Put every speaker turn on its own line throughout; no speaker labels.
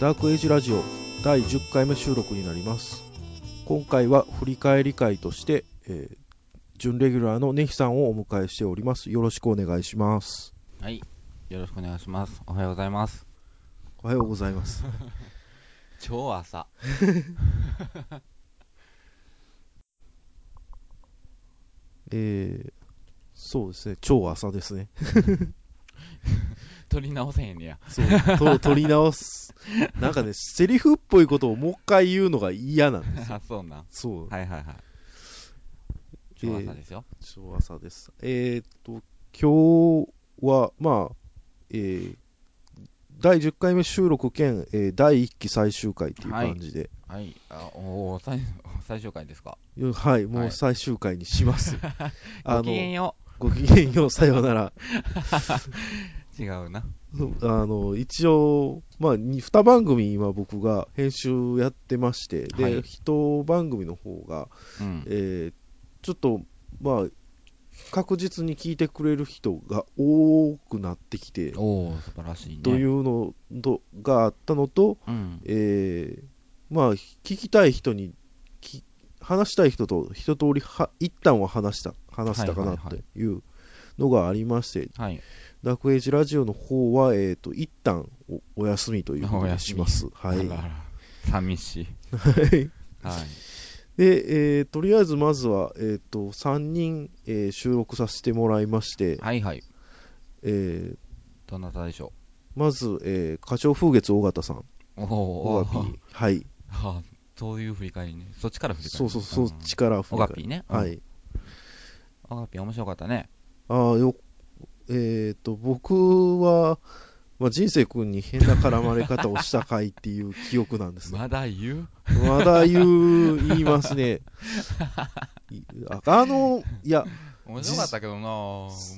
ダークエイジラジオ第10回目収録になります今回は振り返り会として、えー準レギュラーのネヒさんをお迎えしておりますよろしくお願いします
はい。よろしくお願いします。おはようございます。
おはようございます
超朝。
えー、そうですね超朝ですね
撮り直せへんね や。
そうと取り直すなんかねセリフっぽいことをもう一回言うのが嫌なんです
あ、そうなん。
そう
はいはいはい。超朝ですよ。
昭和さです。えーっと、今日は、まあ、えー第10回目収録兼、えー第1期最終回っていう感じで、
はい。あ、おお、最、最終回ですか。
うんはい、もう最終回にし ます。
ごきげんよ
ごきげんよう、さようなら。
う。違うな。
あの、一応、まあ、2番組今僕が編集やってまして、で、
はい
1番組の方が、
うん。
えーちょっと、まあ、確実に聞いてくれる人が多くなってきて、
おお、素晴らしいね。。
といううのどがあったのと、
うん。
えーまあ、聞きたい人にき話したい人と一通りは一旦は話した話したかな
はいはいは
というのがありまして、
はい。
ダークエイジラジオの方は、えー、と一旦おお休みということ
お
に
休
し
み
ます。は
あ
い、
らあら寂しい。はい。
で、えーとりあえずまずは、えー、と3人、えー収録させてもらいまして、
はいはい。
えー
どなたでしょ
まず、えー、花鳥風月尾形さん、
う。おお
尾
ー。
形 P はい、
はあ、そういう振り返りね。そっちから振り返
そ
り。
うそう、そっちから振り返
オガ
る
ピーね。うん
は。い。
オガピー面白かったね。
ああ、よ、えっ、と、僕は、まあ、人生君に変な絡まれ方をした回っていう記憶なん です。
まだ言う
まだ言う、言います ね。いああの、いや、
面白かったけどな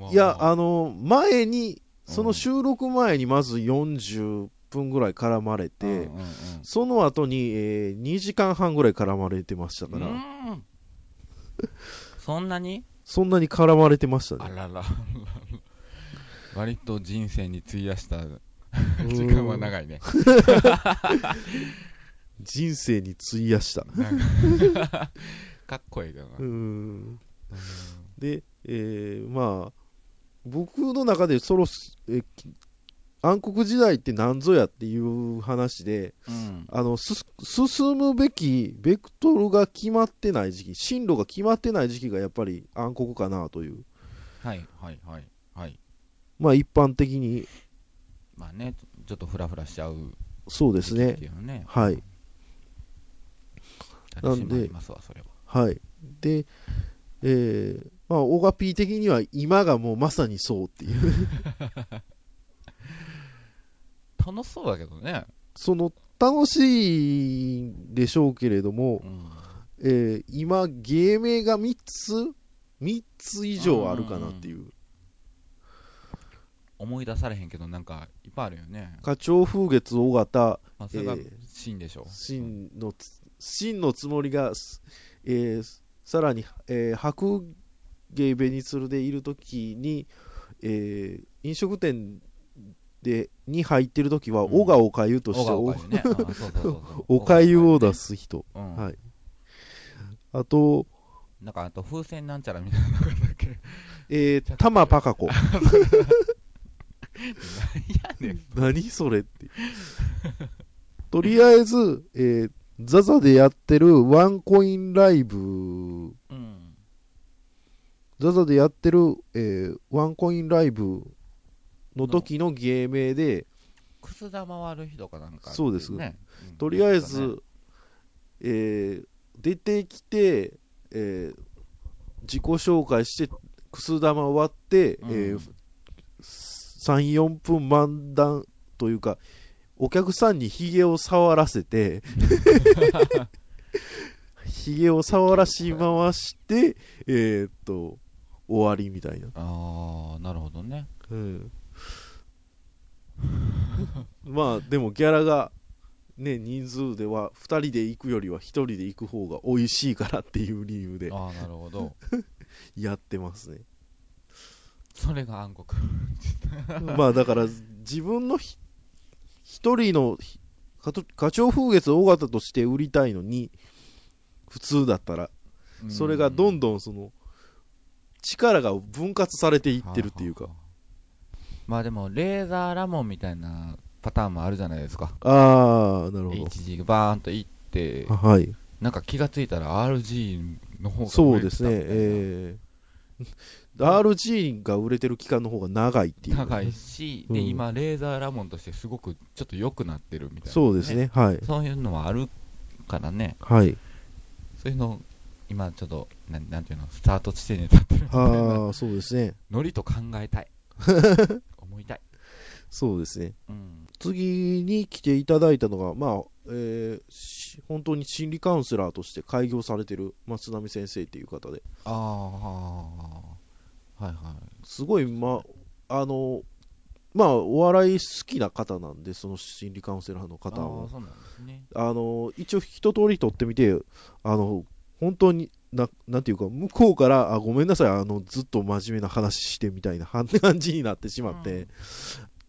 まあ
いや、あの、前に、
うん
その収録前にまず40分ぐらい絡まれ
うんう
て
ん、うん
その後に、えー2時間半ぐらい絡まれてましたか
う
ら、
ーんそん なに
そんなに絡まれてましたね
あ。ららら 割と人生に費やした
うん
時間は長いね
人生に費やした。
なんかかっこいいけどな
う
うん
ん。で、えーまあ、僕の中でそろそえーき暗黒時代って何ぞやっていう話で、
うん
あの、す進むべきベクトルが決まってない時期、進路が決まってない時期がやっぱり暗黒かなという、
はいはいはいはい
まあ一般的に
まあねちょっとフラフラしちゃう
そうで
です
ね
って。いうのね
はい。
誰しもありますわそれは
はい。で、えーまあ、オガピー的には今がもうまさにそうっていう、
楽しそうだけどね
その楽しいでしょうけれども、
うん
えー今、芸名が3つ ?3 つ以上あるかなっていう。
思い出されへんけどなんかいっぱいあるよね
花鳥風月尾形、
まあそれが
えー
シーンでしょ
真のつ、真のつもりが、すえーさらに、えー白芸ベニツルでいるときに、えー飲食店で、に入ってるときは、
うん
小がおかゆとして、
お
お
がおかゆねうんそうそうそうそう
おかゆを出す人。
うん
はいあと、
なんかあと風船なんちゃらみたいなのがだっけ
えー、玉パ カ子。
何やねん
何それって。とりあえず、えーザザでやってるワンコインライブ、
うん
ザザでやってる、えーワンコインライブの時の芸名で、
くす玉割る人かなんか、
そうです
ねうん
とりあえ
なんかね
ず、えー出てきて、えー自己紹介して、くす玉割って、えー
うん
3、4分漫談というか、お客さんにヒゲを触らせて、ヒゲを触らし回して、えーっと、終わりみたいな。
ああなるほどね
うん、まあ、でもギャラが、ね、人数では2人で行くよりは1人で行く方が美味しいからっていう理由で
ああなるほど
やってますね。
それが暗黒
まあだから自分のひ一人のひかと花鳥風月を尾形として売りたいのに、普通だったら、
う ん
それがどんどんその、力が分割されていってるっていうか
はあ。はあまあでもレーザーラモンみたいなパターンもあるじゃないですか
ああ、なるほ
HG がバーンといって
ど。はい。
なんか気がついたら RG の方が
そうですね。
売れてたみたいな
えー、RG が売れてる期間の方が長いっていう。
高いし、
うん
で今レーザーラモンとしてすごくちょっと良くなってるみたいな、
そうですね。はい。
そういうのはあるからね
はい。
そういうの今ちょっとなんなんていうのスタート地点に立ってるみたいな
ああ、そうですね。
ノリと考え たい思いたい、
そうですね。
うん、
次に来ていただいたのが、まあ、えーし本当に心理カウンセラーとして開業されてる松並先生っていう方で、
ああはいは
すごい、まあ、あの、まあ、お笑い好きな方なんで、その心理カウンセラーの
い
方は
あー。そうなんですね
あの一応一通り撮ってみてあの本当にななんていうか向こうからあごめんなさいあのずっと真面目な話してみたいな はん感じになってしまって、
うん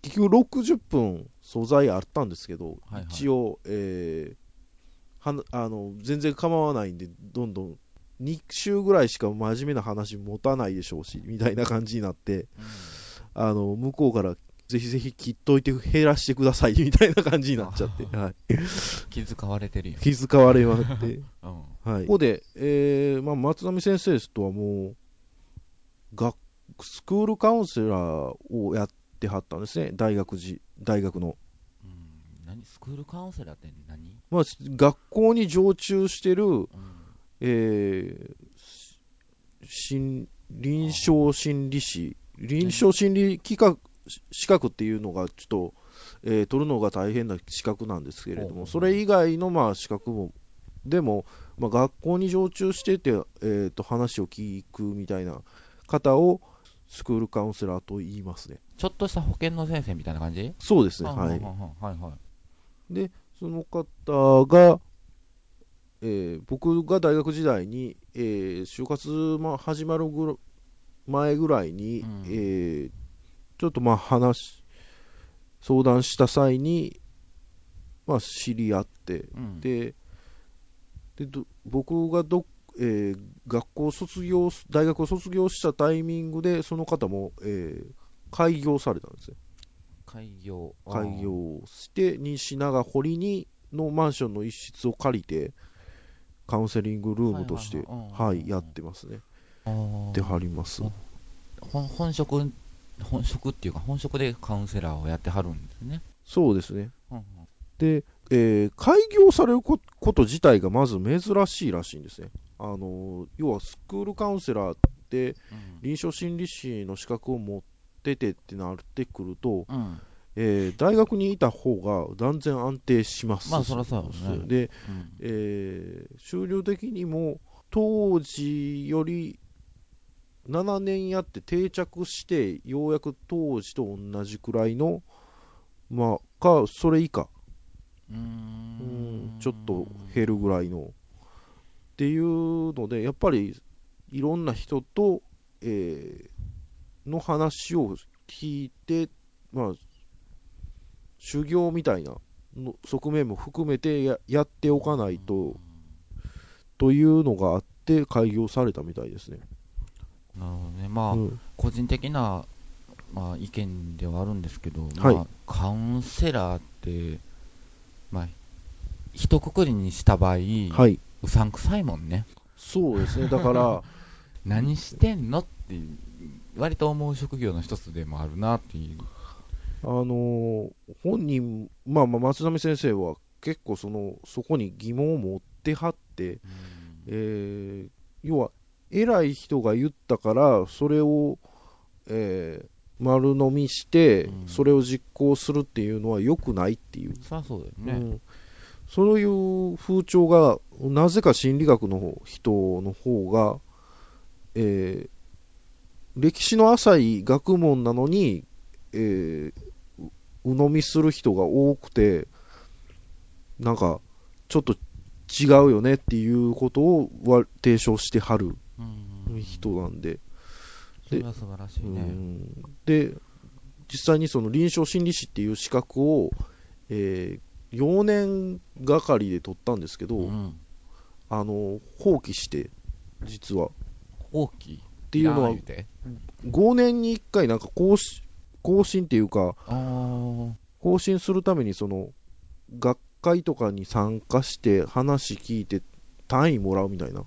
結局60分素材あったんですけど、
はいはい
一応、えーはなあの全然構わないんでどんどん2週ぐらいしか真面目な話持たないでしょうしみたいな感じになってあの向こうからぜひぜひ切っといて減らしてくださいみたいな感じになっちゃって、はい、
気遣われてるよ、
気遣われまって
うん、
はい、ここで、えーまあ、松並先生とはもう学スクールカウンセラーをやってはったんですね大学時大学の、
うん、何スクールカウンセラーって何、
まあ、学校に常駐してる、
うん
えー心臨床心理士臨床心理企画資格っていうのがちょっと、えー取るのが大変な資格なんですけれど
ほうほうほ
も
う
それ以外のまあ資格もでも、まあ、学校に常駐してて、えー、と話を聞くみたいな方をスクールカウンセラーと言いますね
ちょっとした保健の先生みたいな感じ
そうですね
あ
はい
はいはい
その方が、えー僕が大学時代に、えー就活ま始まるぐら前ぐらいに、
うん
えーちょっとまあ話し相談した際に、まあ、知り合って、
うん、
ででど僕がどっ、えー学校卒業す大学を卒業したタイミングでその方も、えー開業されたんですね
開業あー
開業して西長堀にのマンションの一室を借りてカウンセリングルームとして
はいはいはい
は
うんうんう
い
ん
やってますね
あー
ではります
うん本本職本職っていうか本職でカウンセラーをやってはるんですね、
そうですね
うんうん
で、えー開業されるここと自体がまず珍しいらしいんですねあのー要はスクールカウンセラーって臨床心理士の資格を持っててってなってくると、
うん
えー大学にいた方が断然安定します
まあそらそうよね
で
うん
えー終了的にも当時より7年やって定着してようやく当時と同じくらいのまあかそれ以下
うー
うん
ん
ちょっと減るぐらいのっていうのでやっぱりいろんな人と、えーの話を聞いて、まあ、修行みたいなの側面も含めてややっておかないとというのがあって開業されたみたいですね。
なるほどねまあ、
うん
個人的な、まあ、意見ではあるんですけど、まあ
はい
カウンセラーってまあ一括りにした場合、
はい、
うさんくさいもんね
そうです ねだから、
何してんのって割と思う職業の一つでもあるなっていう
あのー本人、まあ、まあ松並先生は結構そのそこに疑問を持ってはって、えー要は偉い人が言ったからそれを、えー丸飲みして、
うん
それを実行するっていうのは良くないっていう、
そりゃそうだよ
う
ね、
んそういう風潮がなぜか心理学の方人の方が、えー歴史の浅い学問なのに、えーう鵜呑みする人が多くてなんかちょっと違うよねっていうことをわ提唱してはる
うん
人なんで、
それは素晴らしいうね、
んで実際にその臨床心理士っていう資格を、えー4年がかりで取ったんですけど、
うん。
あの放棄して実はっ
放棄って
いうのは
て
5年に1回なんか更新更新っていうか
あー
更新するためにその学会とかに参加して話聞いて単位もらうみたいな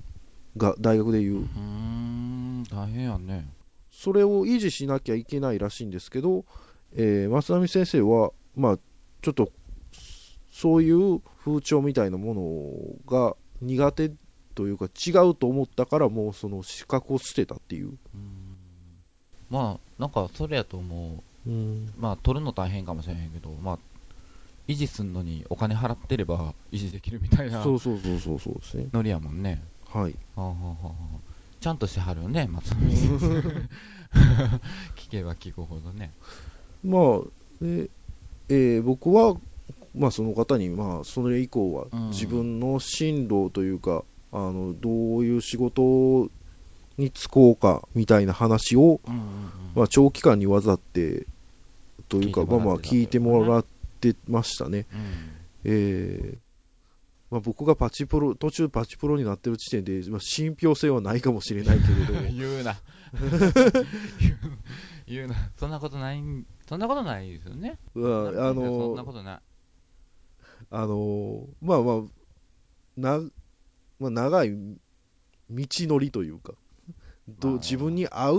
が大学でいう
うーん、大変やね。
それを維持しなきゃいけないらしいんですけど、えー松並先生は、まあ、ちょっとそういう風潮みたいなものが苦手というか違うと思ったからもうその資格を捨てたっていう、
まあ、なんか、それやと思う。まあ、取るの大変かもしれへんけど、まあ、維持すんのにお金払ってれば維持できるみたいな
そうそうそうそうそうですね
ノリやもんね。
はい
はあはあはあはあちゃんとしてはるよね、松並先生。 聞けば聞くほどね。
まあで、えー僕は、まあ、その方に、まあ、それ以降は
うん
自分の進路というか、あのどういう仕事に就こうかみたいな話を
うんうんうん
まあ、長期間にわたってというか、
聞いて
まあ
も
まあ聞いてもら
らってた
ってましたね。
うん
えーまあ、僕がパチプロ、途中パチプロになってる時点で、まあ、信憑性はないかもしれないけれども、
言う な。言う言うな。そんなことないん、そんなことないですよね。
まあ、あ
そんな
の、
ことない。
あの、まあまあ、な、まあ、長い道のりというか、ど
まあ
自分に合う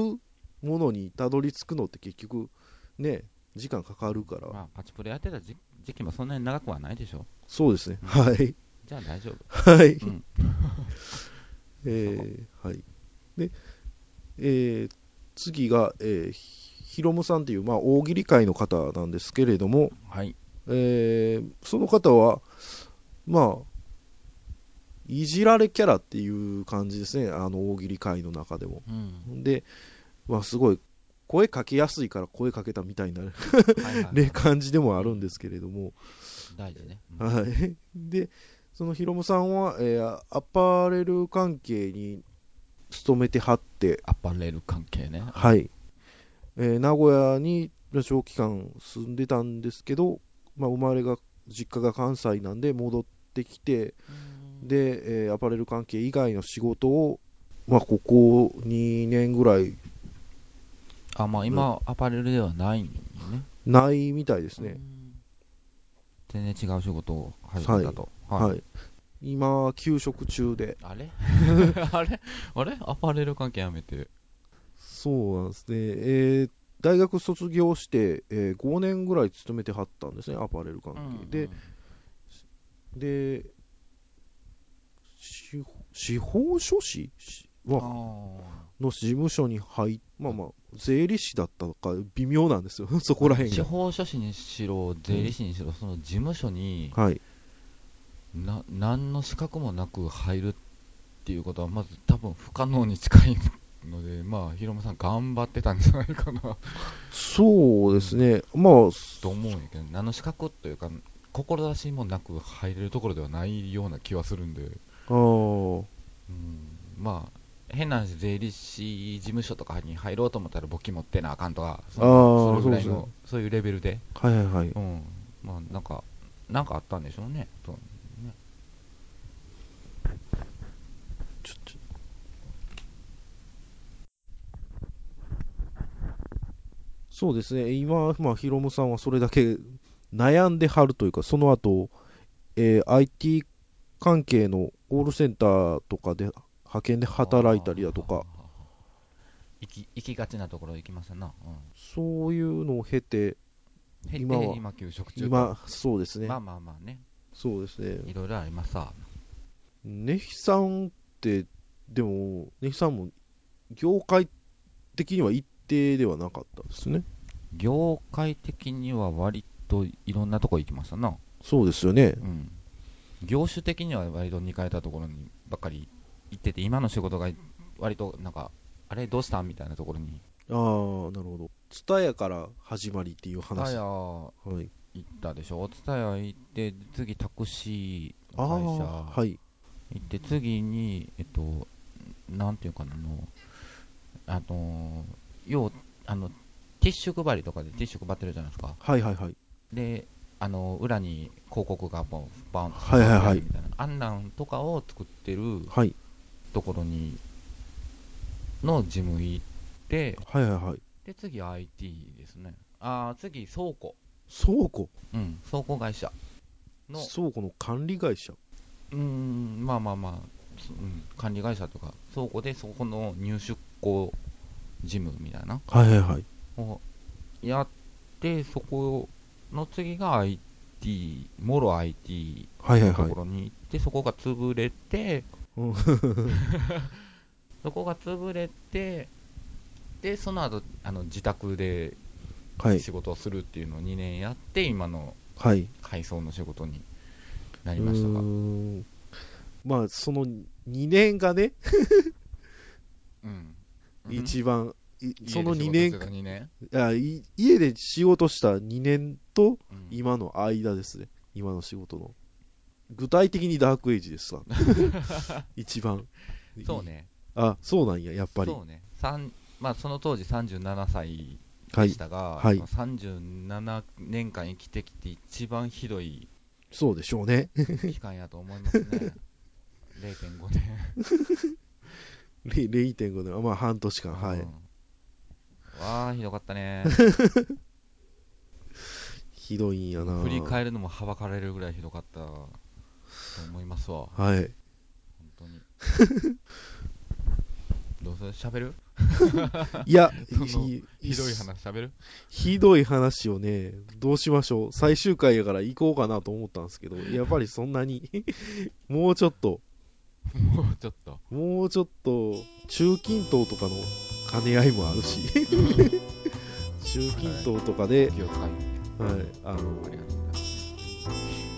ものにたどり着くのって結局、ね、時間かかるから、
まあ、パチプロやってた時時期もそんなに長くはないでしょ。
そうですね。
うん
はい。
じゃあ大丈夫。
はい。
うん
えーはい。で、えー次が、えーひろむさんという、まあ、大喜利会の方なんですけれども、
はい。
えーその方は、まあ、いじられキャラっていう感じですね、あの大喜利会の中でも。
うん。
で、まあ、すごい、声かけやすいから声かけたみたいな、ね
はいはい
感じでもあるんですけれども、
大事ね。うん
はい、でそのヒロムさんは、えーアパレル関係に勤めてはって、
アパレル関係ね。
はいえー名古屋に長期間住んでたんですけど、まあ、生まれが実家が関西なんで戻ってきてで、えーアパレル関係以外の仕事を、まあ、ここ2年ぐらい
あ、まあ今、アパレルではないんよね。
ないみたいですね、
うん全然違う仕事を始めたと。。
はいい、今休職中で
あれ あれあれアパレル関係やめて。
そうなんですね、えー大学卒業して、え5年ぐらい勤めてはったんですね、アパレル関係、で。で司司法書士し
あ
は
ー
の事務所に入っまあまあ、税理士だったか、微妙なんですよ、 そこらへん
司
が。
法書士にしろ、税理士にしろ、その事務所に、
はい、
な何の資格もなく入るっていうことはまず多分不可能に近いので まあヒロムさん頑張ってたんじゃないかな
そうですね、まあ、
と思うんやけど何の資格というか志もなく入れるところではないような気はするんで、
あー
うん、まあ変な話税理士事務所とかに入ろうと思ったら簿記持ってなあかんとかそ
あー
それぐらい
そう
のそういうレベルで、
はいはいはい、
うん、まあなんかなんかあったんでしょうねそう
ちょっとそうですね、今、まあ、ヒロムさんはそれだけ悩んではるというか、その後、えー IT 関係のコールセンターとかで派遣で働いたりだとか、
あー行き行きがちなところ行きましたな、うん
そういうのを経て、
減
今
今
は
今休職中と
今、そうですね、
まあまあまあね
そうですね、
いろいろありますさ
ネヒさんって、でも、ネヒさんも業界的には一定ではなかったですね。
業界的には割といろんなとこ行きましたな
そうですよね。
うん業種的には割と似通ったところにばっかり行ってて今の仕事が割となんかあれどうしたんみたいなところに
ああ、なるほど。ツタヤから始まりっていう
ツタ
話。
ヤ
は
行
い。
ったでしょツタヤ行って次タクシー
ああ
の会社
ー、はい。
行って次にえっとなんていうかなあのあの要あのティッシュ配りとかでティッシュ配ってるじゃないですか
はいはいはい。
であの裏に広告がもうバーンと
はいはいはい
みたいなあんなんとかを作ってる
はい。
ところにの事務行って
はいはいはい。
で次 IT ですねああ次倉庫
倉庫。
うん倉庫会社の
倉庫の管理会社。
うーんまあまあまあ、そうん、管理会社とか倉庫でそこの入出庫事務みたいな
はいはいはい。
をやってそこの次が IT もろ IT
はいはい
と
はい
こ。ろに行って、そこが潰れて、
うん
そこが潰れて、で、その後あの自宅で
はい。
仕事をするっていうのを2年やって、今の
はい。
改装の仕事にな
う
りましたが、
ー
うん
ん。まあ、その2年がね、一番、いその2年間
2年、
あい家で仕事した2年と
うん
今の間ですね。今の仕事の。具体的にダークエイジで した。一番。
そう。ね、
あ、そうなんや、やっぱり。
そうね、三まあ、その当時37歳
は
で
い
し。たが、
はい
まあ37年間生きてきて、一番ひどい
そうでしょうね。
期間やと思いま すね、0.5年。
れ0.5で、まあ半年間、はい。
うんわあひどかったね
ひどいんやな。
振り返るのもはばかられるぐらいひどかったと思いますわ本
はい。
当にどうする喋る
いや、
その
ひ
ひどい話喋る
ひどい話をね、どうしましょう。最終回やから行こうかなと思ったんですけど、やっぱりそんなに、 もうちょっと、
もうちょっと
もうちょっと、中近東とかの兼ね合いもあるし、中近東とかで、
気を使い
はい、あの
あ、りがとうございます